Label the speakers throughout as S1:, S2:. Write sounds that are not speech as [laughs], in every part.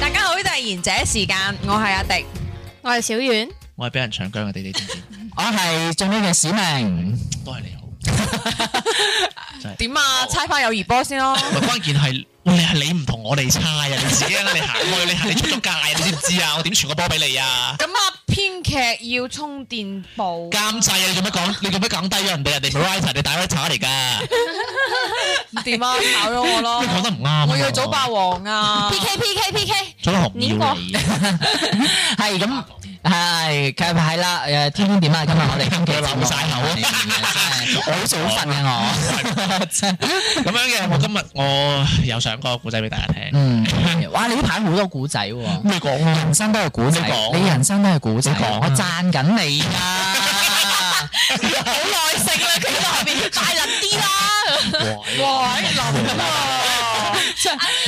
S1: 大家好，呢度系贤者時間，我係阿迪。
S2: 我係小遠，
S3: 我係俾人搶姜嘅，你哋知唔知？
S4: 我係最尾嘅使命。
S3: [laughs] 都係你好。
S1: 點啊？猜翻友誼波先咯。
S3: 喂，關鍵係喂，你係你唔同我哋猜啊！你自己喺度你行開，你係你出咗界啊！你知唔知啊？我點傳個波俾你啊？
S1: 咁啊，編劇要充電寶。
S3: 監製啊！你做咩講？你做咩講低咗人哋？人哋唔係 writer，你大 writer 嚟㗎。
S1: 點啊？考咗我
S4: 哦
S1: 咯
S3: 你。講得唔啱啊。
S1: 我要早霸王啊！
S2: PK PK，
S3: 早紅要啊你。
S4: 係咁，係佢係啦。誒，天空點啊？今日我
S3: [laughs]
S4: 哋今期
S3: 佢漏晒口啊
S4: 我好早瞓啊！我真係
S3: [laughs] 咁樣嘅，我今日我有上個故仔俾大家聽。
S4: 嗯，哇！你呢排好多古仔喎。
S3: 你講啊？
S4: 人生都係古仔
S3: 你講，啊
S4: 你人生都係古仔，
S3: 你講啊
S4: 我讚緊你啊！
S1: 好耐性啦，佢喺後邊大力啲啦。哇！林啊！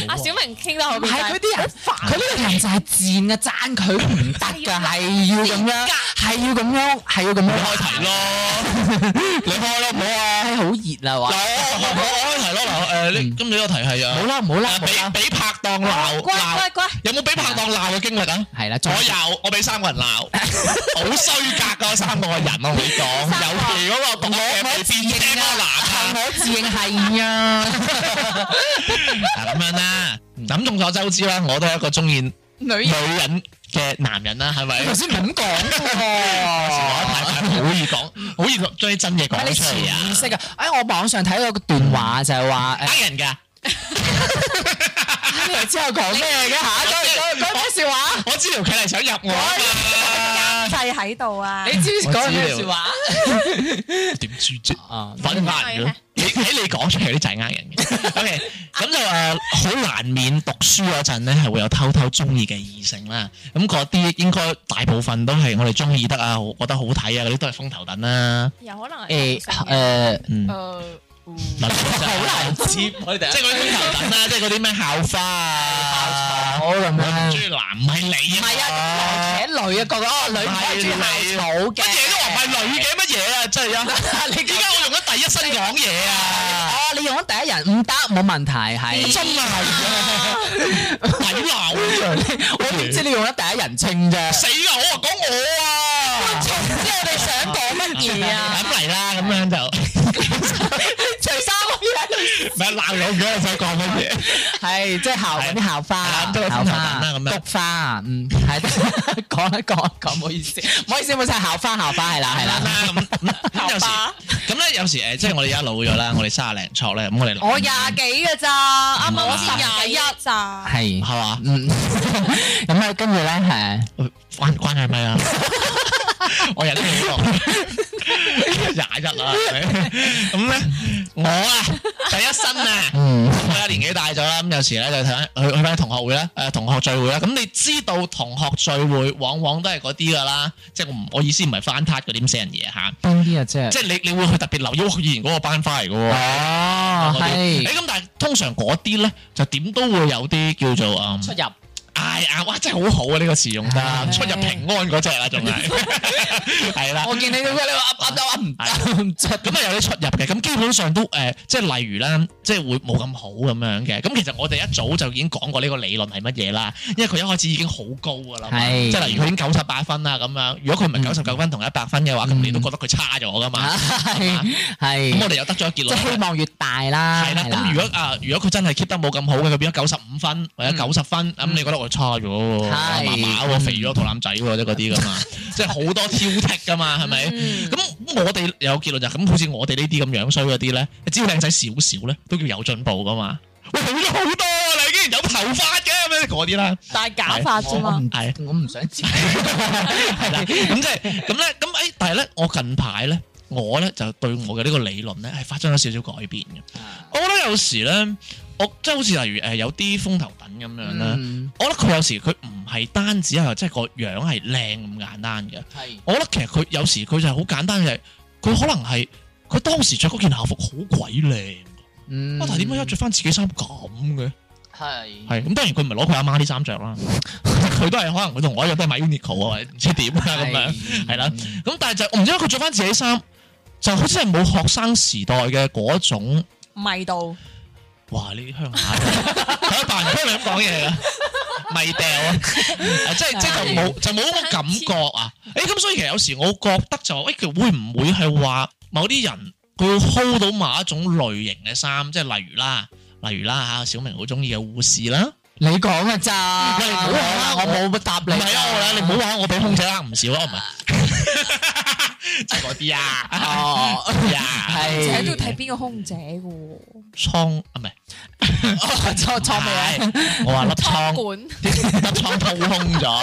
S2: 阿小明傾得好
S4: 係佢啲人，佢呢個人就係賤嘅，讚佢唔得㗎，係啊要咁樣，係要咁樣，係要咁樣
S3: 你開題
S4: [laughs]
S3: 咯，你開咯，唔好啊！
S4: 唉，好熱啊！
S3: 嗱，
S4: 話
S3: 我我我開題咯，嗱，誒，你今日呢個題係啊
S4: 好，啦，唔好啦，
S3: 誒
S4: 唔好啦，
S3: 俾俾拍檔鬧
S1: 乖乖
S3: 鬧，
S1: 乖！
S3: 有冇俾拍檔鬧嘅經歷啊？
S4: 係啦，
S3: 我
S4: 再
S3: 有，我俾三個人鬧，好衰格嗰三個人我同你講，尤其嗰個講嘅被變聲嗰個男啊，
S4: 我自認係
S3: [laughs]
S4: 啊，
S3: 嗱咁樣啦。咁眾所周知啦，我都係一個中意女
S1: 女人
S3: 人嘅男人啦，係咪？
S4: 頭先唔咁講
S3: [laughs]
S4: 嘅
S3: 我排
S4: 喎。
S3: 排好易講，好易將啲真嘢
S4: 唔係你
S3: 講出嚟
S4: 潛意
S3: 啊！
S4: 識啊！哎，我網上睇到個段話就係 [laughs] 話
S3: 呃人㗎，
S4: 誒，之後講咩嘅嚇？講講講咩笑話？
S3: 我知條佢係想入我啊嘛，
S1: 制喺度啊！
S4: 你知講咩
S3: 我知
S4: 笑話？
S3: 點知啫？
S4: 啊，
S3: 反正呃人嘅，你睇你講出嚟嗰啲就係呃人
S4: [laughs]
S3: 嘅。OK，咁就誒好難免讀書嗰陣咧係會有偷偷中意嘅異性啦。咁嗰啲應該大部分都係我哋中意得啊，覺得好睇啊嗰啲都係風頭躉啦。
S2: 有可能
S4: 誒誒，
S3: 嗯，嗱
S4: 好難接我 [laughs] 哋
S3: 即係嗰啲風頭躉啦，即係嗰啲咩校花啊，
S4: 我咁
S3: 我唔
S4: 樣
S3: 中。意男，唔係你
S4: 唔係啊，而且女啊，覺得哦，女唔可以住校草嘅，
S3: 乜嘢都話唔係女嘅乜嘢
S4: [laughs]
S3: 啊，真係啊！你點解我用咗第一身講嘢啊？
S4: 哦，你用咗第一人唔得，冇問題係。
S3: 真係啊，抵鬧
S4: [laughs]
S3: 啊！
S4: 我點知你用咗第一人稱啫？
S3: 死啊！我啊講我啊，
S4: 你想講乜嘢 [laughs] 啊？
S3: 咁嚟啦，咁樣就
S4: 除衫嗰啲啊
S3: 唔係鬧老嘅想講乜嘢？
S4: 係即係校嗰啲校花，校
S3: 係啦咁都係風頭躉啦咁樣
S4: 菊花，嗯，係 [laughs] 講一講一講，唔好意思，唔好意思，冇晒校花，校花係啦係
S3: 係
S4: 啦，
S3: 啦，啊咁咁有時咁咧，有時誒，即係我哋而家老咗啦，我哋卅零錯咧，咁我哋
S1: 我廿幾嘅咋，啱啱先廿一咋。
S4: 係。
S3: 係嘛？
S4: 嗯，咁啊，跟住咧係，
S3: 關關係咪
S4: [laughs]
S3: 啊？我人都未落，廿一啦，係咪咁咧我啊第一身啊。
S4: 嗯，
S3: 我有年紀大咗啦，咁有時咧就睇返去去翻同學會啦，誒、同學聚會啦。咁你知道同學聚會往往都係嗰啲噶啦，即係我唔我意思唔係翻撻嗰啲咁死人嘢嚇，
S4: 邊啲啊即係
S3: 即？係你你會去特別留意哇以前嗰個班花嚟嘅喎。
S4: 哦，
S3: 啊嗰啲誒
S4: 係
S3: 咁，但係通常嗰啲咧就點都會有啲叫做誒，
S4: 出
S3: 嗯
S4: 入。
S3: 哎呀，哇，真係好好啊！呢、個詞用
S4: 唉
S3: 得出入平安嗰只啦，仲
S4: [laughs]
S3: 係係啦。
S4: 我見你點解你話噏噏都噏唔得唔出？
S3: 咁啊有啲出入嘅，咁基本上都誒、呃即係例如啦，即係會冇咁好咁樣嘅。咁其實我哋一早就已經講過呢個理論係乜嘢啦，因為佢一開始已經好高噶啦嘛，
S4: 係
S3: 即係例如佢已經九十八分啦咁樣。如果佢唔係九十九分同一百分嘅話，咁、
S4: 嗯
S3: 你都覺得佢差咗噶嘛。
S4: [laughs]
S3: 啊
S4: 係
S3: 咁
S4: 係，
S3: 我哋又得咗一個
S4: 即
S3: 結
S4: 係希
S3: 論。
S4: 望越大啦。
S3: 係啦，咁如果啊，如果佢真係 keep 得冇咁好嘅，佢變咗九十五分或者九十分，咁
S4: 嗯
S3: 你覺得我差咗喎，麻
S4: 係
S3: 麻喎，
S4: 嗯
S3: 肥咗肚腩仔喎，即係嗰啲噶嘛，即係好多挑剔噶嘛，係咪？咁我哋有結論就係咁，好似我哋呢啲咁樣衰嗰啲咧，只要靚仔少少咧，都叫有進步噶嘛。喂好咗好多啊！你竟然有頭髮嘅咁樣嗰啲啦，
S1: 但係假髮啫嘛，
S3: 係
S4: 我唔想知。
S3: [laughs] 係啦，咁即係咁咧，咁誒，但係咧，我近排咧，我咧就對我嘅呢個理論咧係發生咗少少改變嘅。
S4: 啊
S3: 我覺得有時咧，我即係好似例如誒有啲風頭等咁樣啦，
S4: 嗯，
S3: 我覺得佢有時佢唔係單止係即係個樣係靚咁簡單嘅。
S4: 係
S3: 我覺得其實佢有時佢就係好簡單嘅，就係佢可能係佢當時着嗰件校服好鬼靚，啊
S4: 嗯
S3: 哇！但係點解而家着翻自己衫咁嘅？
S4: 係
S3: 係咁，當然佢唔係攞佢阿媽啲衫着啦，佢都係可能佢同我一樣都係買 Uniqlo 啊，或者唔知點啦咁樣。
S4: 樣
S3: 係啦咁但係就我唔知點啊解佢着翻自己衫，就好似係冇學生時代嘅嗰種。
S1: 味道
S3: 哇！呢啲鄉下佢白人區咪咁講嘢啊，咪掉啊，啊即係即係就冇就冇嗰個感覺啊！誒咁所以其實有時我覺得就誒佢會唔會係話某啲人佢會 hold 到某一種類型嘅衫，即係例如啦，例如啦嚇，小明好中意嘅護士啦，
S4: 你講嘅咋？
S3: 喂你唔好話啦
S4: 啊我冇乜答
S3: 唔
S4: 你。
S3: 係啊我啦，你唔好話我俾空姐呃唔少啊，唔係即係 [laughs] 嗰啲啊
S4: 哦，
S3: [laughs] 呀，
S1: 就喺度
S4: 係
S1: 睇邊個空姐嘅喎，
S3: 倉啊唔係
S4: 錯錯未啊？
S3: 係我話粒
S4: [laughs]
S2: 倉
S3: 倉。
S2: 管
S3: 粒倉鋪空咗，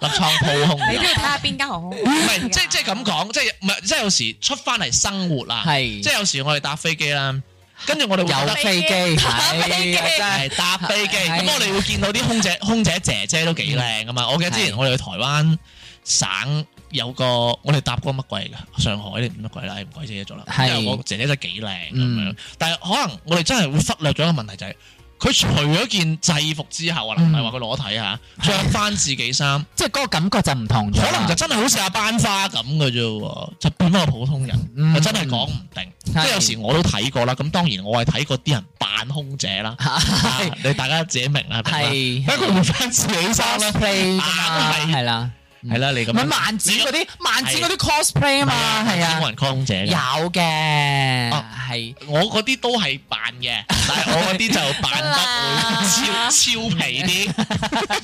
S3: 粒倉鋪空
S1: 你都
S3: 咗。
S1: 要睇下邊間航空公司
S3: 唔
S4: 啊
S1: 㗎。
S3: 係，即即係咁講，即係唔係，即係有時出翻嚟生活啦，
S4: 係
S3: 即係有時我哋搭飛機啦，跟住我哋會覺
S4: 有
S3: 得
S4: 飛機，
S1: 飛機
S4: 係啊
S3: 係搭飛機，
S4: 係
S3: 咁我哋會見到啲
S4: [laughs]
S3: 空姐空姐姐姐都幾靚噶嘛。啊我記得之前
S4: 係
S3: 我哋去台灣省有個，我哋搭過乜鬼㗎？上海定乜鬼啦？唔鬼記得咗啦。
S4: 係
S3: 因為我姐姐真係幾靚咁
S4: 嗯
S3: 樣，但係可能我哋真係會忽略咗一個問題就係。佢除咗件制服之
S4: 嗯
S3: 後啊，嗱唔係話佢裸體嚇，着翻自己衫，
S4: 即係嗰個感覺就唔同咗
S3: 可
S4: 啦。 [laughs]
S3: 能就真係好似阿班花咁嘅啫喎，就變翻個普通人，
S4: 嗯
S3: 就真係講唔定。即
S4: 係
S3: 係有時我都睇過啦，咁當然我係睇過啲人扮空姐啦， [laughs] 啊你大家自己明啦，明啦
S4: 係
S3: 不過換翻自己衫啦，
S4: cosplay 㗎嘛
S3: 硬係
S4: 係啦，
S3: 係啦，你咁
S4: 唔
S3: 樣
S4: 係萬子嗰
S3: 你
S4: 啲，萬子嗰啲 cosplay 啊
S3: 咁
S4: 嘛，係
S3: 萬子冇
S4: 啊，
S3: 人 call 空姐嘅，
S4: 有嘅，
S3: 哦
S4: 係
S3: 我嗰啲都係扮嘅，但係我嗰啲就扮得會超超皮啲。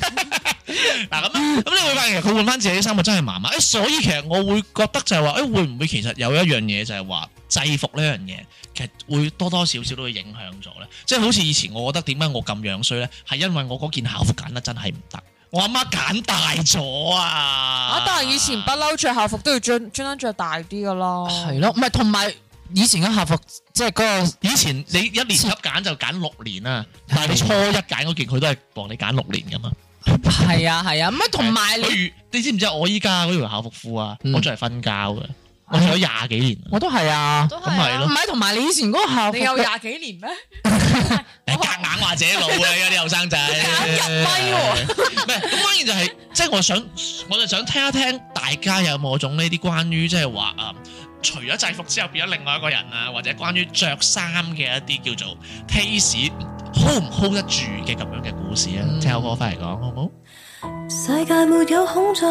S3: 嗱咁咁你會發現其實佢換翻自己衫啊，真係麻麻。誒，所以其實我會覺得就係話，誒會唔會其實有一樣嘢就係話制服呢樣嘢，其實會多多少少都會影響咗咧。即係好似以前我覺得點解我咁樣衰咧，係因為我嗰件校服揀得真係唔得，我阿媽揀大咗
S1: [laughs]
S3: 啊！
S1: 啊！但係以前不嬲着校服都要着專登着大啲噶啦，
S4: 係咯，唔係同埋以前嘅校服，即係嗰個
S3: 以前你一年級揀就揀六年啦，但係你初一揀嗰件佢都係幫你揀六年噶嘛。
S4: 係啊係啊，唔係同埋你
S3: 例如你知唔知啊我依家嗰條校服褲啊，
S4: 嗯
S3: 我着嚟瞓覺嘅，我着咗廿幾年啦，
S4: 我都係啊，
S2: 都
S3: 咁咪
S2: 係
S3: 咯
S4: 唔係同埋你以前嗰個
S5: [laughs]
S4: 校服
S1: 你有廿幾年咩？
S3: 誒夾硬話自己老啊，而家啲後生仔
S1: 入咪喎
S3: 唔係咁關鍵就係，即係我想，我就想聽一聽大家有冇種呢啲關於即係話啊，除咗制服之後變咗另外一個人啊，或者關於着衫嘅一啲叫做 taste hold 唔 hold 得住嘅咁樣嘅故事啊，
S4: 嗯
S3: 聽我哥翻嚟講好唔好？
S6: 世界沒有恐惧，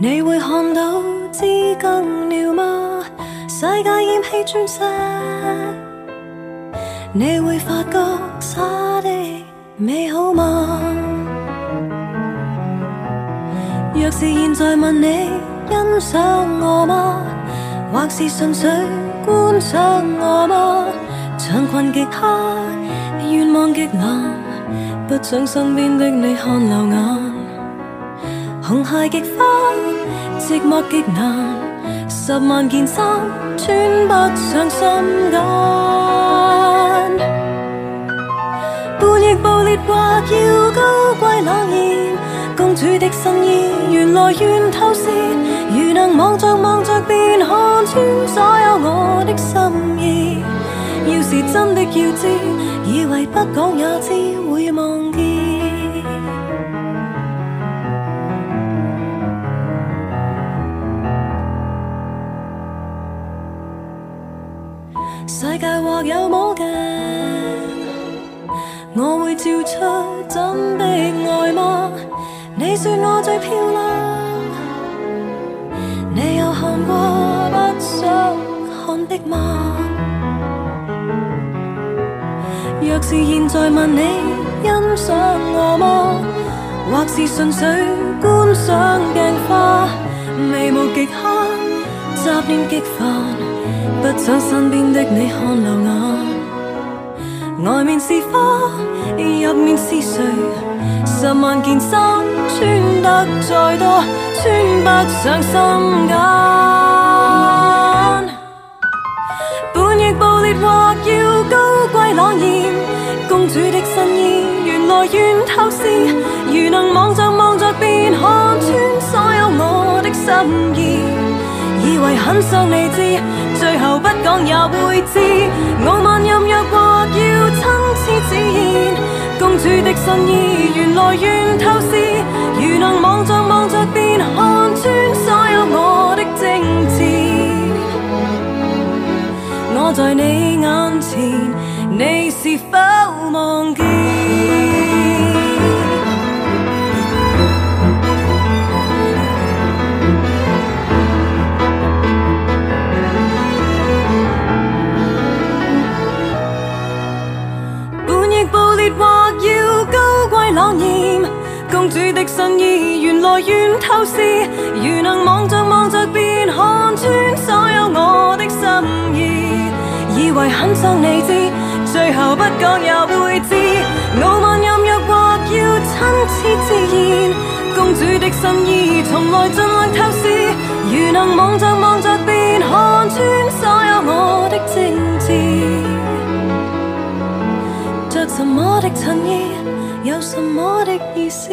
S6: 你會看到知更了嗎？世界厭棄鑽石，你會發覺沙的美好嗎？若是現在問你欣賞我嗎？或是純粹觀賞我嗎？長裙極黑，願望極冷。不想身邊的你看流眼，紅鞋極花，寂寞極難，十萬件衫穿不上心間。叛逆暴烈或要高貴冷艳，公主的新衣原來願透視，如能望着望着便看穿所有我的心意。要是真的要知，以為不講也知會忘記。世界或有魔鏡，我會照出真的愛嗎？你說我最漂亮，你有看過不想看的嗎？若是現在問你欣賞我嗎？或是純粹觀賞鏡花？眉毛極黑，雜念極煩，不想身邊的你看流眼。外面是花，入面是誰？十萬件衫穿得再多，穿不上心間。叛逆暴烈或要高貴朗焰，公主的新衣原來願透視，如能望着望着便看穿所有我的心意，以為很想理智，最後不講也會知，傲慢任弱或要親切展現，公主的新衣原來願透視，如能望着望着便看穿所有我的政治。我在你眼前，你是否忘記？叛逆暴烈或要高貴朗焰，公主的新衣原來願透視，如能望着望着便看穿所有我的心意，以為很想你知，最後不講也會知，傲慢任弱或要親切自然，公主的新衣從來盡量透視，如能望着望着便看穿所有我的政治。着什麼的襯衣，有什麼的意思，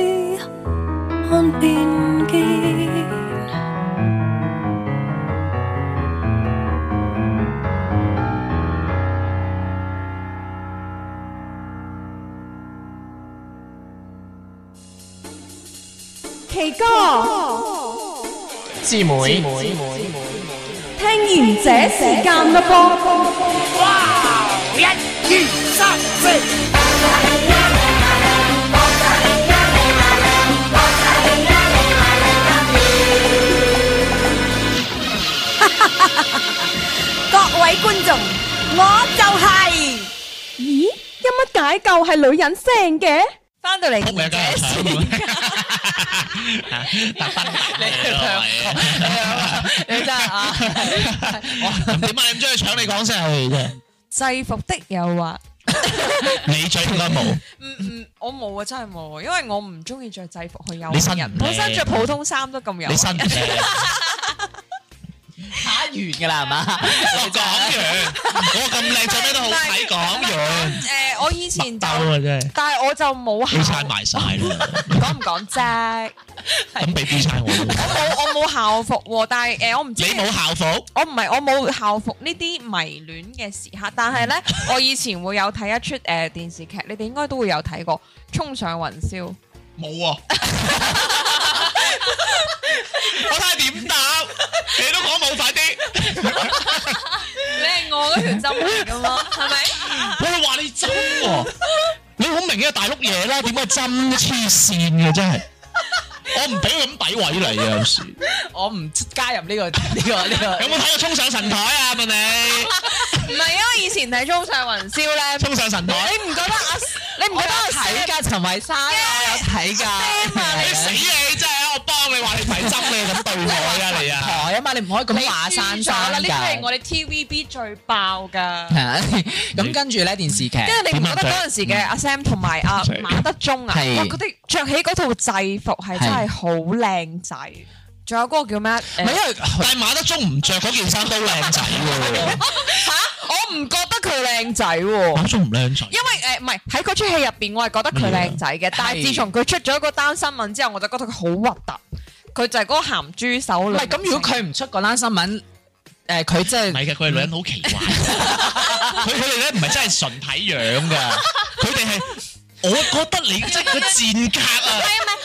S6: 看便見。
S7: 奇哥，
S8: 師妹，
S7: 聽完這時間嘞噃。
S5: 各位觀眾，我就係
S9: 咦，有乜解救係女人聲嘅？
S5: 翻到嚟
S3: 扑你街
S5: 賢者
S3: 又
S5: 時
S3: 想咁樣特登你兩個
S5: 你真係啊！ [laughs]
S3: 咁點解你唔中意搶你講聲啫？
S5: 制服的誘惑，
S3: 你最應該冇，
S5: 嗯嗯，我冇啊，真係冇啊，因為我唔中意着制服去誘
S3: 你身
S5: 惑
S3: 唔
S5: 人，本身
S3: 靚
S5: 着普通衫都咁誘惑人。
S3: 你新唔靚？
S8: 打完噶啦，係嘛？
S3: 我講完，我咁靚做咩都好睇，講完。
S5: 誒，我以前
S3: 鬥，
S5: 就
S3: 啊真係
S5: 但係我就冇
S3: ，B
S5: 校
S3: 餐，埋晒啦，
S5: 講唔講啫？
S3: 咁俾 B 餐我啦。
S5: 我冇我冇校服喎，但係誒，我唔
S3: 你
S5: 知
S3: 冇校服，
S5: 我唔係我冇校服呢啲迷戀嘅時刻，但係呢， [laughs] 我以前會有睇一出誒、呃、電視劇，你哋應該都會有睇過《衝上雲霄》。
S3: 冇 [laughs] 喎。我睇下點答，你都講冇快啲，
S5: [laughs] 你係我嗰條針嚟噶嘛？係咪？
S3: 我會話你真喎。你好明嘅大碌嘢啦，點解真黐線嘅真係？我唔俾佢咁詆毀你啊！有時
S1: 我唔加入呢個呢個呢
S3: 有冇睇過衝上神台啊？問你
S5: 唔係因為以前睇《衝上雲霄》呢，
S3: 衝上神台，
S5: 你唔覺得阿你唔
S1: 我
S5: 覺
S1: 都
S5: 得阿
S1: 有睇㗎，陳慧珊，我有睇
S3: [laughs] 哎你死
S1: 㗎。
S3: 你真係！我幫你話你睇真你咁對我啊你啊！
S1: 台啊嘛，你唔可以
S5: 你
S1: 咁話珊
S5: 輸
S1: 珊
S5: 咗啦？
S1: 㗎。
S5: 呢啲係我哋 TVB 最爆㗎。
S4: [laughs]
S1: 係啊咁跟住咧電視劇，
S5: 跟住你唔覺得嗰陣時嘅阿 Sam 同埋阿
S3: 係
S5: 馬德鐘啊，
S1: 係
S5: 哇！佢哋着起嗰套制服係真係好靚仔，仲有嗰個叫咩？
S1: 唔係因
S5: 誒
S1: 為
S3: 但係馬德鐘唔着嗰件衫都靚仔喎，
S5: 吓，我唔覺得佢靚仔
S3: [laughs]
S5: 喎
S3: 馬。德鐘唔靚仔
S5: 因。為誒唔係喺嗰出戲入邊，我係覺得佢靚仔嘅，但係自從佢出咗嗰單新聞之後，我就覺得佢好核突。佢就係嗰個鹹豬手
S1: 唔
S5: 女。
S1: 係咁，如果佢唔出嗰單新聞，誒佢即係
S3: 唔係嘅，佢哋女人好奇 [laughs] 怪，佢佢哋咧唔係真係純睇樣噶，佢哋係我覺得
S2: [laughs]
S3: 你即係個賤格啊，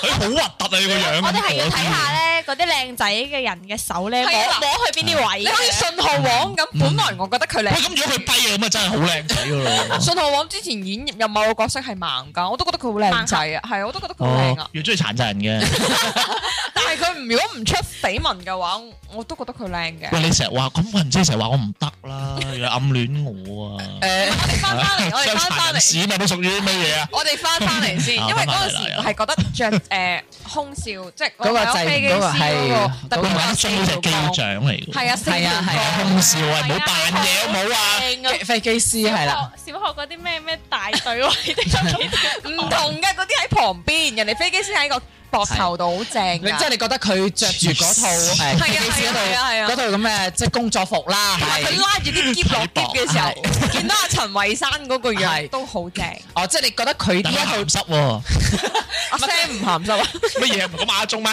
S3: 佢好核突啊你個樣，
S2: 我哋係要睇下咧嗰啲靚仔嘅人嘅手咧，摸
S5: 係啊
S2: 摸去邊啲位
S5: 你好似
S2: 嘅。
S5: 信號王咁，本來我覺得佢
S3: 喂，
S5: 靚。
S3: 咁如果佢跛啊咁啊，真係好靚仔噶咯。
S5: 信號王之前演入某個角色係盲㗎，我都覺得佢好靚仔啊，係啊我都覺得佢好靚啊
S3: 哦。，要中意殘疾人嘅。
S5: 但係佢唔如果唔出緋聞嘅話，我都覺得佢靚嘅。
S3: 喂，你成日話咁，我唔知成日話我唔得啦，原來暗戀我啊。
S5: 誒，我哋翻翻嚟，我哋翻翻嚟，
S3: 市嘛都屬於咩嘢啊？
S5: 我哋翻翻嚟先，因為嗰陣時我係覺得着誒空少，即係
S1: 嗰個
S5: 有
S1: 制
S5: 飛機
S1: 嗰個
S5: 嗰
S4: 係
S5: 個特
S3: 喂
S5: 別
S3: 玩中就係機
S5: 係
S3: 長嚟嘅，
S5: 啊，四
S4: 係啊係啊
S5: 條
S3: 通宵啊，唔好扮嘢好冇啊！
S4: 機飛機師
S5: Dạ
S4: 係啦。
S2: 小學嗰啲咩咩大隊位啲有幾
S5: 唔同嘅嗰啲喺旁邊，人哋飛機師喺個膊頭度好正
S4: 你即
S5: 㗎。
S4: 係你覺得佢着住嗰套誒
S5: Dạ。係啊
S4: 飛機師嗰
S5: 係啊係啊
S4: 套嗰套咁嘅即係工作服啦，
S5: 同埋佢
S4: 係
S5: 拉住啲夾落夾嘅時候，見到阿陳慧珊嗰個樣
S4: 係
S5: 都好正，
S4: 哦，即係你覺得佢呢
S3: 但
S4: 一
S3: 係
S4: 套
S3: 鹹濕
S5: [laughs]
S3: 喎，
S5: 阿 Sam 唔鹹濕啊！
S3: 乜嘢唔講馬
S5: [laughs]
S3: 中咩？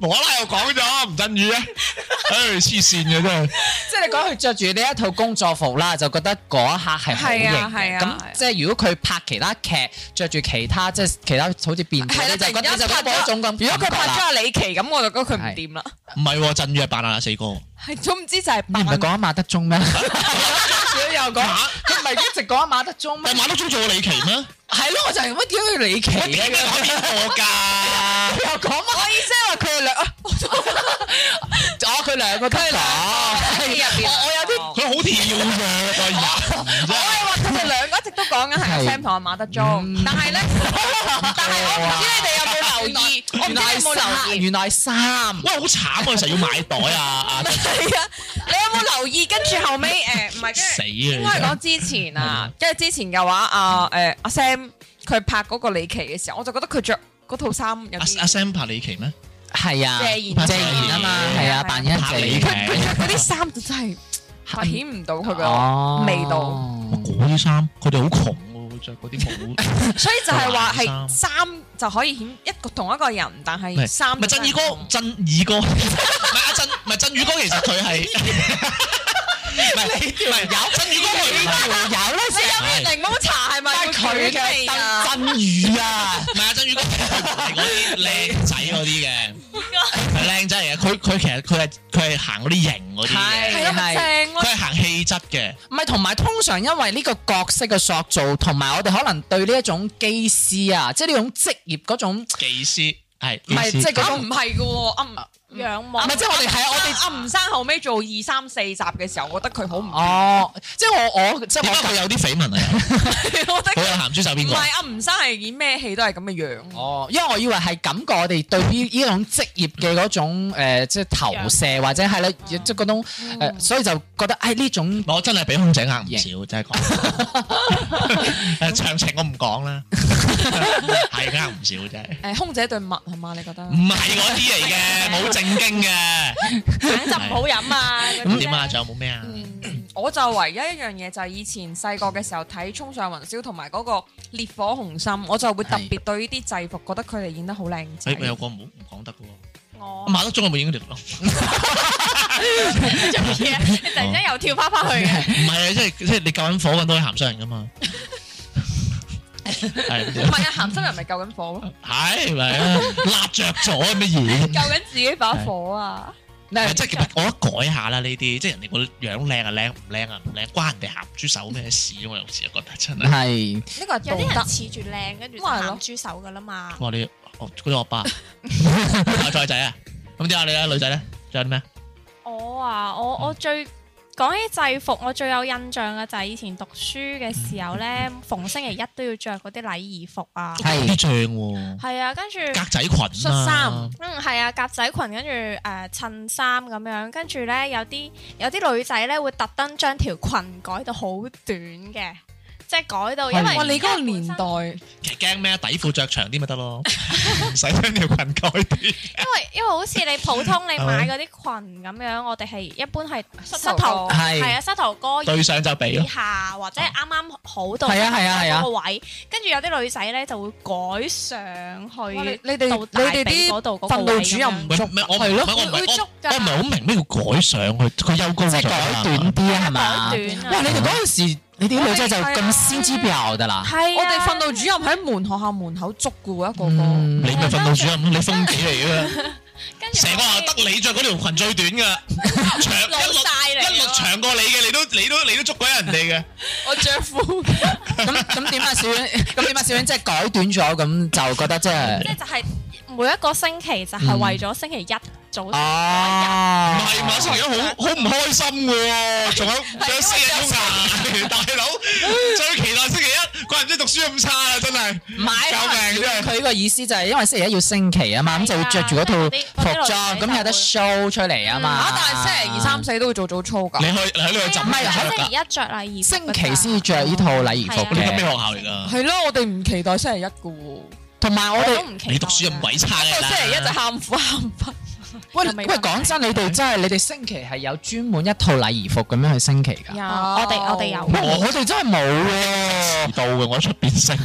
S3: 無啦啦又講咗吳鎮宇啊！唉，黐線嘅真係。
S4: 即係你講佢着住呢一套工作服啦，就覺得嗰一刻係好型
S5: 係啊係
S4: 嘅。
S5: 啊係啊
S4: 咁即係如果佢拍其他劇，着住其他即係其他好似變態，
S5: 係啦
S4: 你就覺得
S5: 突然
S4: 你就覺得
S5: 間拍咗
S4: 嗰種咁。
S5: 如果佢拍咗阿李琦咁，我就覺得佢唔
S4: 係
S5: 掂啦。
S3: 唔係喎，鎮宇係扮阿四哥，
S5: 係總之就係
S4: 你唔係
S5: 扮
S4: 講馬德鐘
S5: [laughs]
S4: 咩？你又講，佢唔係一直講馬德鐘咩
S3: 但係？馬德鐘做過李琦
S5: [laughs]
S3: 咩？
S4: 係咯，我就係乜點解李琦
S3: 我點解講邊個㗎？
S4: 又講乜？我意思係話佢哋兩，哦，佢兩個都講，
S5: 入邊，我有啲。
S3: 佢好跳嘅個人，
S5: 我係話佢哋兩個一直都講緊係阿
S4: 係
S5: Sam 同阿馬德鐘，
S4: [laughs]
S5: 但係咧，但係我唔知你哋有冇留意，我唔知
S4: 原
S5: 你
S4: 來
S5: 有冇留意
S4: 三，。原來三。
S3: 哇好慘啊！成日要買袋啊，啊
S5: 係啊，你有冇留意？跟住後尾誒，唔係跟住
S3: 死啊！
S5: 應該係講之前
S4: 嗯
S5: 啊，跟住之前嘅話，啊誒阿 Sam 佢拍嗰個李琦嘅時候，我就覺得佢着嗰套衫有
S3: 阿
S5: 啲
S3: 阿 Sam 拍李琦咩？
S4: 係啊，
S5: 謝賢
S4: 謝賢啊嘛，係啊，扮演
S3: 拍
S4: 謝
S3: 李
S4: 賢
S3: 琦。
S5: 佢着嗰啲衫就真係發顯唔到佢
S4: 哦
S5: 嘅味道，
S3: 嗰啲衫，佢哋好窮喎，着嗰啲
S5: [laughs]
S3: 冇。
S5: 所以就係話
S3: 藍
S5: 係衫就可以顯一個同一個人，但係哎衫
S3: 唔係振宇哥，振宇哥，唔 [laughs] 係阿振，唔係振宇哥，其實佢係 [laughs] 唔係唔係有振宇哥佢。
S4: 有咧，
S5: 哎你飲完檸檬茶係咪會
S4: 佢
S5: 捲味啊？
S4: 嘅真宇啊，
S3: 唔係啊，曾宇哥係嗰啲靚仔嗰啲
S5: [laughs]
S3: 嘅，係靚仔嚟嘅。佢佢其實佢係佢係行嗰啲型嗰啲嘅，
S5: 係咯，咪啊正咯
S3: 佢。係行氣質嘅。
S4: 唔係同埋通常因為呢個角色嘅塑造，同埋我哋可能對呢一種機師啊，即係呢種職業嗰種，唔
S3: 技師係技
S4: 係
S3: 師
S4: 即係嗰
S5: 啊
S4: 種
S5: 唔係嘅喎，啊唔。
S2: 仰望
S4: 唔係即係我哋係啊我哋
S5: 阿吳生後尾做二三四集嘅時候，我覺得佢好唔，
S4: 哦，即係我我即係
S3: 點解
S4: 我
S3: 佢有啲緋聞啊？
S5: [laughs] 我覺
S3: 佢
S5: 得
S3: 有鹹豬手邊
S5: 唔
S3: 個？
S5: 係阿啊吳生係演咩戲都係咁嘅樣。
S4: 哦，因為我以為係感覺我哋對於呢種職業嘅嗰種、呃、即係投射或者係咧，即係嗰種、呃所以就覺得誒呢種
S3: 我真係俾空姐呃唔少，真係講。誒詳情我唔講啦，係呃唔少真係。
S5: 誒，空姐對襪係嘛？你覺得
S3: [laughs] 唔？係嗰啲嚟嘅，冇正經嘅。
S2: 橙汁唔好飲啊！嗰啲
S3: 咁點啊？仲有冇咩啊？
S5: 嗯我就唯一一樣嘢就係以前細個嘅時候睇《衝上雲霄》同埋嗰個《烈火雄心》，我就會特別對呢啲制服覺得佢哋演得好靚仔
S3: 誒，。有個唔好唔講得嘅喎。[laughs]
S2: 我
S3: 馬德鐘有冇影條龍？
S2: 做乜嘢？你突然間又跳翻翻去嘅，
S3: 唔係啊，即係即係你救緊火揾到啲鹹濕人噶嘛？係
S5: 唔 [laughs] 係啊，鹹濕人咪救
S3: [laughs]
S5: 緊火咯，
S3: 係咪啊？辣着咗乜嘢？
S5: 救緊自己把火啊！
S4: 咧
S3: 即係我覺得改下啦呢啲，即係人哋個樣靚啊靚，唔靚啊唔靚，關人哋鹹豬手咩事啊？我有時覺得真係，
S4: 係
S5: 呢個
S2: 有
S5: 係道
S2: 啲人
S5: 德。
S2: 恃住靚，跟住就
S5: 咪係咯
S2: 鹹豬手噶啦嘛。
S3: 哇你哦嗰啲惡霸，阿菜仔啊，咁點啊你啊女仔咧？仲有啲咩？
S2: 我啊，我我最講起制服，我最有印象嘅就係以前讀書嘅時候咧，逢星期一都要着嗰啲禮儀服啊，
S3: 啲正喎，
S2: 係啊，跟住
S3: 格仔裙啊
S5: 恤衫
S2: 嗯係啊，格仔裙跟住誒襯衫咁樣，跟住咧有啲有啲女仔咧會特登將條裙改到好短嘅，即係改到因為
S5: 哇！你嗰個
S2: 因為本
S5: 年
S2: 身
S5: 代
S3: 其實驚咩？底褲着長啲咪得咯， [laughs] 唔使將條裙改啲。
S2: 因為因為好似你普通你買嗰啲裙咁樣，我哋係一般係膝
S5: 頭
S2: 頭
S5: 哥
S4: 係
S2: 係啊膝頭哥
S3: 對上就俾
S2: 以
S3: 咯，
S2: 下或者係啱啱好到
S4: 係啊係啊係啊
S2: 嗰個位，跟住有啲女仔咧就會改上
S5: 哇你
S2: 去
S5: 你哋
S2: 到大髀嗰度嗰個
S5: 訓導
S2: 位
S5: 主
S2: 咁
S5: 任
S2: 樣
S3: 唔係唔係我係咯，我唔
S2: 會
S3: 係
S2: 捉
S3: 我我唔係好明咩叫改上去，佢休高
S4: 即
S3: 咗
S4: 係改短啲啊，係嘛？
S2: 改短啊
S4: 哇！你哋嗰陣時，你哋啲女仔就咁先知表㗎啦。
S2: 係啊
S5: 我哋訓導主任喺門學校門口捉嘅喎，一個個。
S4: 嗯
S3: 你咪訓導主任，你風紀嚟噶，
S2: 跟住
S3: 成個話
S2: 我哋
S3: 得你着嗰條裙最短噶，長
S2: 老
S3: 一
S2: 晒嚟
S3: 律
S2: 㗎
S3: 一律長過你嘅，你都你都你都捉鬼人哋嘅，
S5: 我着褲，
S4: 咁咁點啊，小婉？ [laughs] 咁點啊，小婉？即係改短咗，咁就覺得即係
S2: [laughs] 即係就係每一個星期就係為咗星期一組成嗰
S3: 唔
S4: 啊，
S3: 係馬修而家 [laughs] 好好唔開心嘅 [laughs] 喎，仲有仲有四日要捱， [laughs] 大佬最期待星期一，怪唔知讀書咁差啦，真係
S4: 唔係
S3: 救命真係。
S4: 佢個意思就係因為星期一要升旗啊嘛，咁就會着住嗰套服裝，咁有得 show 出嚟啊嘛。
S5: 啊，但係星期二、三、四都會做早操㗎。
S3: 你去你喺度
S2: 日
S3: 浸
S4: 唔係
S2: 係啊
S4: 喺
S2: 星期一着禮儀服
S4: 星
S2: 㗎咋，
S4: 期先着呢套禮儀服
S3: 你讀咩學
S4: 嘅，
S3: 校嚟㗎？
S5: 嗯係咯，我哋唔期待星期一嘅喎。
S4: 同埋我
S2: 我
S4: 哋
S2: 都唔期待
S3: 你讀書咁鬼差
S5: 不
S3: 㗎
S5: 過
S3: 啦。
S5: 星期一就喊苦喊忽。
S4: 喂
S2: 又未
S4: 喂講真，你哋真係你哋星期係有專門一套禮儀服咁樣去升旗㗎？
S2: 啊
S5: 啊
S2: 我哋我哋有
S4: 喂我哋真係冇喎。
S3: 遲到嘅，我喺出邊升。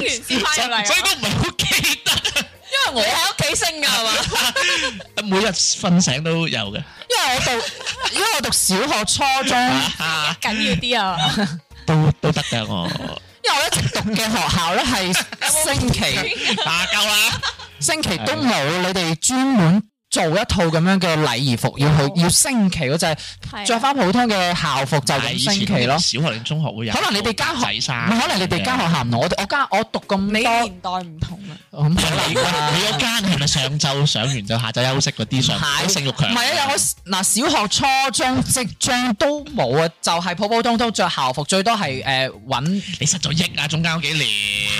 S2: 完先翻入嚟啊，
S3: 所以都唔係好記得。
S5: 因為我喺屋企升㗎係嘛？
S3: [laughs] 每日瞓醒都有嘅。
S4: 因為我讀，因為我讀小學、初中，
S3: 啊
S2: [laughs] 緊要啲啊，
S3: 都都得㗎我。
S4: 因為我一直讀嘅學校咧係星
S5: [laughs]
S4: 期
S3: 啊夠啦，
S4: 星期都冇，你哋專門做一套咁樣嘅禮儀服，要去要升旗嗰就係
S2: 係啊
S4: 着翻普通嘅校服就
S3: 以
S4: 咁
S3: 前
S4: 升旗咯。
S3: 小學定中學會有。
S4: 可能你哋間
S3: 仔
S4: 學，
S3: 衫，
S4: 可能你哋間學校唔同，我哋我間我讀
S5: 你
S4: 咁
S5: 年代唔同啊啦。
S4: 多，咁可能
S3: 你你嗰間係咪上晝上完就下晝休息嗰啲上？
S4: 係
S3: 性欲強。
S4: 唔係啊！有嗱，小學、初中、職中都冇啊，就係普普通通着校服，最多係誒揾。
S3: 你失咗益啊！中間嗰幾年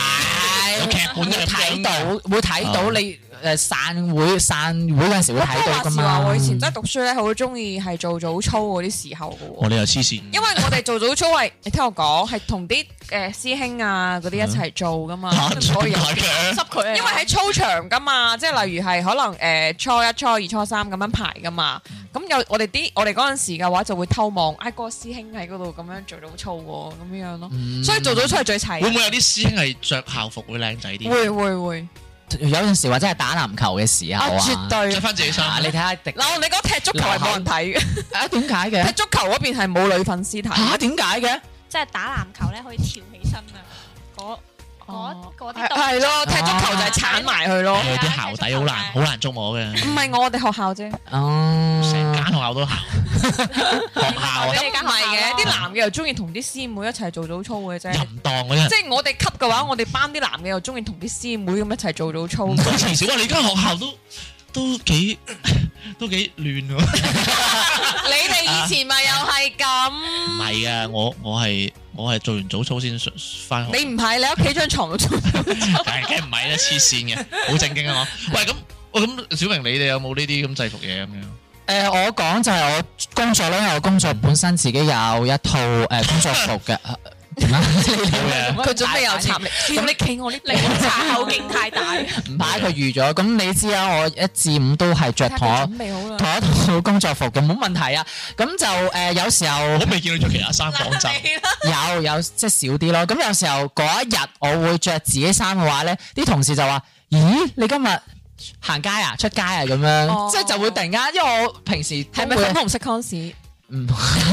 S4: 係
S3: 有劇本嘅
S4: 睇到會睇到你誒散會散會嗰陣時會
S5: 不過
S4: 睇到
S5: 話
S4: 噶
S5: 時話，
S4: 嘛。
S5: 我以前真係讀書咧，好中意係做早操嗰啲時候嘅喎。
S3: 我哋又黐線，
S5: 因為我哋做早操係，你聽我講係同啲誒師兄啊嗰啲一齊做噶嘛，
S3: 嚇
S5: 咁就唔可以 [laughs]
S3: 點
S5: 有
S3: 解嘅？
S2: 濕佢啊，
S5: 因為喺操場噶嘛，即係例如係可能誒、呃初一、初二、初三咁樣排噶嘛。咁有我哋啲我哋嗰陣時嘅話就會偷望，哎嗰、個師兄喺嗰度咁樣做早操喎，咁樣樣咯。所以做早操係最啊齊
S3: 會唔會有啲師兄係着校服會靚仔啲？
S5: 會會會
S4: 有陣時或者係打籃球嘅時
S5: 啊，
S4: 候
S5: 絕
S4: 啊，
S5: 對
S3: 着。翻自己
S4: 啊
S3: 衫
S4: 你。睇下迪
S5: 嗱，我哋講踢足球係冇人睇嘅，
S4: 啊點解
S5: 踢
S4: 嘅
S5: 足球嗰邊係冇女粉絲睇。
S4: 嚇點解嘅？
S2: 即係打籃球咧可以跳起身啊，嗰嗰嗰啲動作
S5: 係咯，踢足球就係鏟埋佢咯，
S3: 我啲校底好難，好難捉摸嘅。
S5: 唔啊係哦我哋學校啫。
S3: 成間
S4: 哦，
S3: 學校都校，學校
S2: 俾
S3: 啊
S2: 你間
S5: 唔
S2: 學校
S5: 係嘅，啲
S2: 咯
S5: 男嘅又中意同啲師妹一齊做早操嘅啫。
S3: 淫蕩嗰
S5: [laughs]
S3: 啲
S5: 即係我哋級嘅話，我哋班啲男嘅又中意同啲師妹咁一齊做 [laughs] 早操
S3: 人，唔。該遲少啊！你間學校都都幾都幾亂喎。
S5: 你哋以前咪又係咁？ [laughs]
S3: 唔係啊，我我係我係做完早操先上翻學。
S5: 你唔係你屋企張床度做？
S3: 唉，梗係唔係啦，黐
S4: [laughs]
S3: 線嘅，好正經啊我。喂，咁喂咁，小明你哋有冇呢啲咁制服嘢咁樣？
S4: 誒我講就係我工作咧，因為我工作本身自己有一套誒工作服 [laughs] 嘅。點啊？
S3: 冇
S5: 佢準備又插你， [laughs] 咁你企我呢
S2: 你
S5: 邊？
S2: 查口徑
S5: [laughs]
S2: 太大，
S4: 唔擺佢預咗，咁你知啦，我一至五都係着
S5: 睇下
S4: 同我
S5: 佢準備好啦。
S4: 同一套工作服嘅，冇問題啊。咁就誒有時候
S3: 我。未見你着其他衫講
S4: [laughs]
S3: 真。
S4: 有有即係少啲咯。咁有時候嗰一日我會着自己衫嘅話咧，啲同事就話：咦，你今日行街啊、出街啊咁樣，
S5: 哦
S4: 即係就會突然間，因為我平時
S5: 係咪
S4: 都會
S5: 粉紅色 cons？
S4: 唔
S3: 可以翻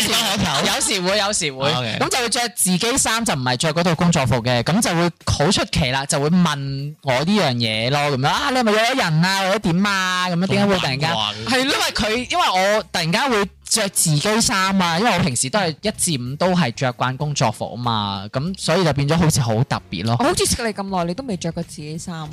S3: 學頭。
S4: 有時會有時會，
S3: OK
S4: 咁就會着自己衫，就唔係着嗰套工作服嘅，咁就會好出奇啦，就會問我呢樣嘢咯，咁樣啊，你係咪約咗人啊，或者點啊，咁樣點解會突然間？係因為佢，因為我突然間會着自己衫啊，因為我平時都係一至五都係着慣工作服啊嘛，咁所以就變咗好似好特別咯
S5: 我。好似識你咁耐，你都未着過自己 [laughs] 衫。
S4: [laughs]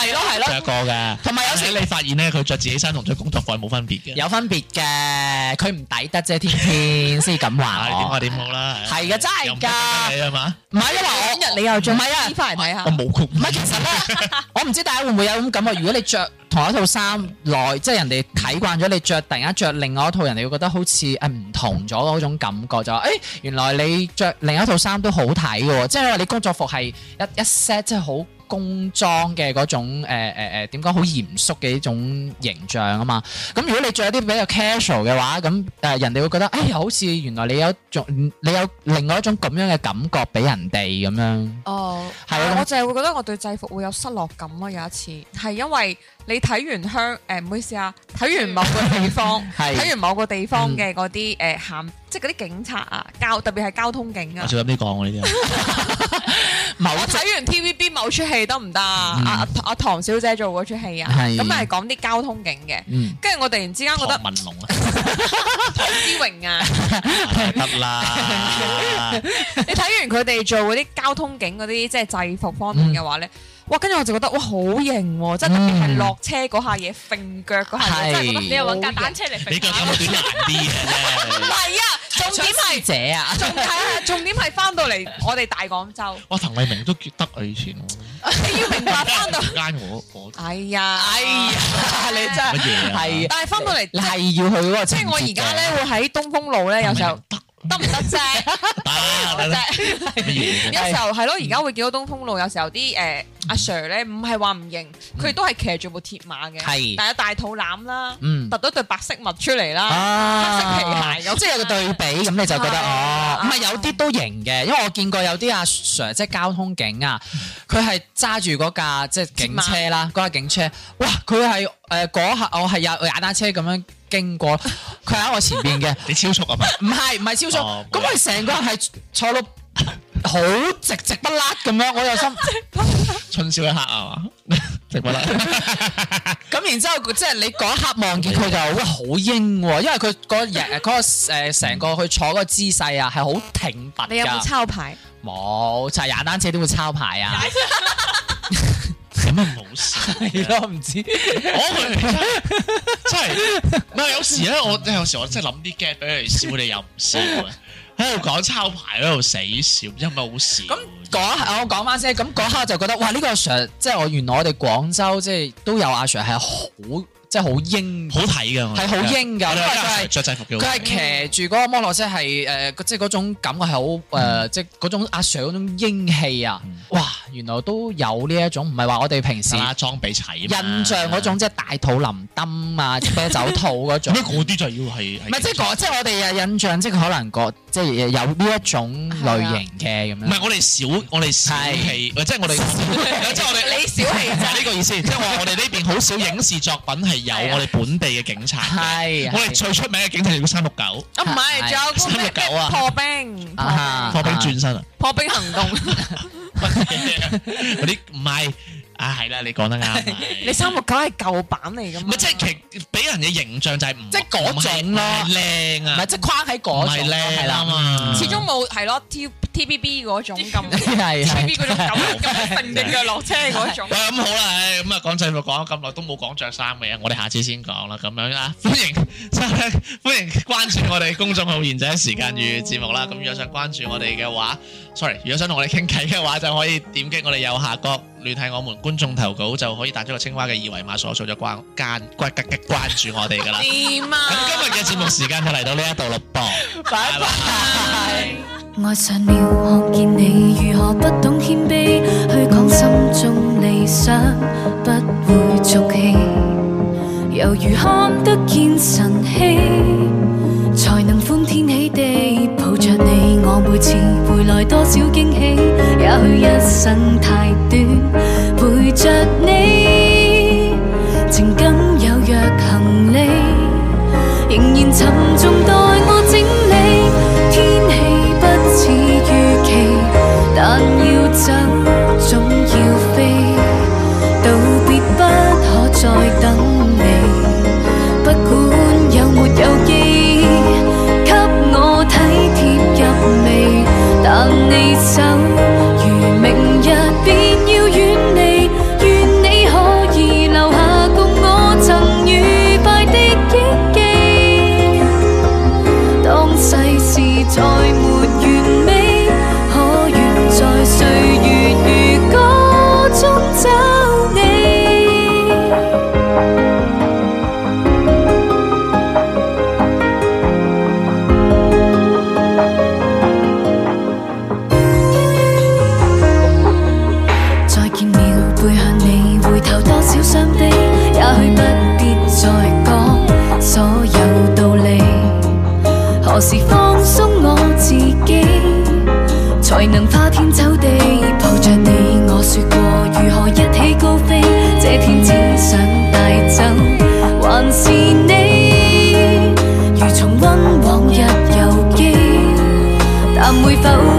S4: 係咯係
S3: 着，過嘅，
S4: 同埋有時
S3: 時你發現咧，佢着自己衫同着工作服係冇分別嘅。
S4: 有分別嘅，佢唔抵得啫，天天先咁
S3: 啊，
S4: 話
S3: 你點
S4: 我
S3: 啊。點好啦。
S4: 係嘅真係㗎
S3: 又唔得得你啊嘛，
S4: 唔係因為我
S5: 今日你又着
S4: 唔係啊
S5: 衣翻嚟睇下
S3: 我。冇曲。
S4: 唔係，其實咧，我唔知大家會唔會有咁感覺。如果你着同一套衫耐，即係人哋睇慣咗你着，突然間着另外一套，人哋會覺得好似誒唔同咗嗰種感覺，就話誒、欸原來你着另一套衫都好睇嘅喎，即係因為你工作服係一一 set 即係好。工裝嘅嗰種誒誒誒點講好嚴肅嘅呢種形象啊嘛，咁如果你着一啲比較 casual 嘅話，咁誒、呃人哋會覺得，哎呀，好似原來你有一種你有另外一種咁樣嘅感覺俾人哋咁樣。
S5: 哦，
S4: 係
S5: 但
S4: 啊
S5: 我就係會覺得我對制服會有失落感咯。有一次係因為你睇完香誒，唔好意思啊，睇完某個地方，
S4: 係
S5: 睇完某個地方嘅呃嗰啲誒行，即係嗰啲警察啊，交特別係交通警啊
S3: 我，小心啲講喎呢啲啊。
S4: 某
S5: 我睇完 TVB 某出戲得唔得啊？阿阿唐小姐做嗰出戲啊，
S4: 係
S5: 咁係講啲交通警嘅。
S4: 嗯
S5: 跟住我突然之間覺得
S3: 唐文龍啊，
S4: [laughs]
S5: 唐之榮啊，
S3: 得啦，
S5: 你睇完佢哋做嗰啲交通警嗰啲即係制服方面嘅話咧，哇！跟住我就覺得哇好型喎，即係特別係落車嗰下嘢，揈腳嗰下嘢，真係覺得
S4: 係
S2: 你又揾架單
S5: 車。
S2: 車嚟
S3: 你
S2: 揈
S3: 腳
S2: 下
S3: 咁短難啲嘅
S5: 唔
S3: 啫。
S5: 係啊，重點係
S4: 姐啊，
S5: 重係啊，重點係翻到嚟我哋大廣州，
S3: 哇，滕麗明都叫得我以前喎，
S5: 你要 [laughs] 明白翻到。
S3: 間我我
S5: 哎呀，哎呀，
S4: 你真 [laughs] 係
S3: 乜嘢啊
S4: 係
S5: 但係翻到嚟，
S4: 你係要去嗰個
S5: 即
S4: 情節嘅，
S5: 係我而家咧會喺東風路咧，有時候
S3: 得
S5: 得唔得啫？
S4: [laughs]
S3: 得得
S5: 啫，
S3: 乜嘢
S5: 有
S3: 啫？
S5: 時候係咯，而家會見到東風路有時候啲誒阿 Sir 咧，唔係話唔型，佢都係騎住部鐵馬嘅，
S4: 係
S5: 但有大肚腩啦，
S4: 嗯
S5: 突咗對白色襪出嚟啦，
S4: 啊，
S5: 黑色皮鞋咁
S4: 即係有個對比，咁你就覺得
S5: 係
S4: 哦
S5: 啊，
S4: 唔係有啲都型嘅，因為我見過有啲阿 Sir 即係交通警啊，佢係揸住嗰架即係警車啦，嗰架警車，哇！佢係誒嗰下我係有踩單車咁樣經過，佢喺我前邊嘅，
S3: 你超速啊嘛？
S4: 唔係唔係超速，
S3: 哦
S4: 咁佢成個人係坐到好直直不甩咁樣，我有
S3: [laughs]
S4: 心。
S3: 春宵一刻啊嘛， [laughs] 直播啦，
S4: 咁然之後佢，即係你嗰一刻望見佢就
S3: 啊
S4: 哇好英喎，因為佢嗰日嗰個誒成個佢坐嗰個姿勢啊係好挺拔
S5: 你有冇
S4: 㗎，
S5: 抄牌？
S4: 冇踩踩單車都會抄牌啊，
S3: 有乜啊冇事？
S4: 係咯唔知
S3: 啊我佢真係，唔係有時咧，我真係有時我真係諗啲 get 俾你笑，你又唔笑嘅，喺度講抄牌喺度死笑，有乜好笑？
S4: 咁嗰一刻我講翻先，咁嗰一刻就覺得哇呢個阿 Sir 即係我原來我哋廣州即係都有阿 Sir 係好即係好英，
S3: 好啊睇嘅，我覺得
S4: 係好英㗎
S3: 我哋有
S4: 因為佢係
S3: 啲着制服嘅，
S4: 佢係騎住嗰個摩托車係誒即係嗰種感覺係好誒即係嗰種阿 Sir 嗰種英氣啊，哇原來都有呢一種，唔係話我哋平時
S3: 係。啦，裝備齊啊嘛
S4: 印象嗰種即係大肚林登啊、啤酒肚
S3: [laughs]
S4: 嗰種
S3: 咩。嗰啲就要係
S4: 唔係即係嗰即係我哋嘅印象，即係可能個即係有呢一種類型嘅咁
S3: 唔係
S4: 樣。
S3: 我哋小我哋小氣，即係
S4: [laughs]
S3: 我哋即係我哋
S5: 你小氣
S3: 係呢個意思，即係我我哋呢邊好少影視作品係有我哋本地嘅警察嘅，
S4: 係啊
S3: 我哋最出名嘅警察叫三六九，
S5: 啊唔係，仲有嗰個咩
S3: 三六九啊
S5: 咩破冰，
S4: 啊哈
S3: 破冰轉身啊！
S5: 破冰行動，
S3: 乜嘢啊 [laughs] 嗰啲唔係啊，係啦，你講
S4: [laughs]
S3: 得啱。
S5: 你三六九係舊版嚟噶
S3: 唔
S5: 嘛？
S3: 係即係其實俾人嘅形象就係唔
S4: 即係嗰種咯
S3: 唔係靚
S4: 唔
S3: 啊，
S4: 係即係框喺嗰
S3: 唔係
S4: 種咯係
S3: 靚啊
S4: 啦，
S3: 嘛，
S5: 始終冇係咯 T T B B 嗰種咁
S4: [laughs] 係
S5: T B
S4: 係
S5: B 嗰種咁咁揈隻腳落車嗰種
S3: 喂，。咁好啦，唉咁啊講制服講咗咁耐都冇講着衫嘅嘢，我哋下次先講啦，咁樣啊，歡迎 [laughs] 歡迎關注我哋公眾號《賢者時間與節目》啦，咁如果想關注我哋嘅話，sorry，如果想同我哋傾偈嘅話，就可以點擊我哋右下角聯繫我們觀眾投稿，就可以彈咗個青蛙嘅二維碼掃一掃就關關關關關注我哋噶啦。
S5: 掂
S3: 咁
S5: 啊！
S3: 今日嘅節目時間就嚟到呢一度咯噃，拜拜。
S6: 愛上了，看見你如何不懂謙卑，去講心中理想不會俗氣，猶如看得見晨曦，才能歡天喜地抱着你。我每次回來多少驚喜，也許一生太短，陪着你，情感有若行李。仍然沉重待我整理。天氣不似預期，但要走總要飛，道別不可再等你。不管有沒有記憶，給我體貼入微，但你走如明日便要遠離，願你可以留下共我曾愉快的憶記。當世事再沒完美，可願在歲月如歌中找你？再見了，背向你，回頭多少傷悲，也許不必再講所有道理。何時放鬆我自己，才能花天酒地抱着你？我說過如何一起高飛，這天只想帶走，還是你？如重温往日遊記，但會否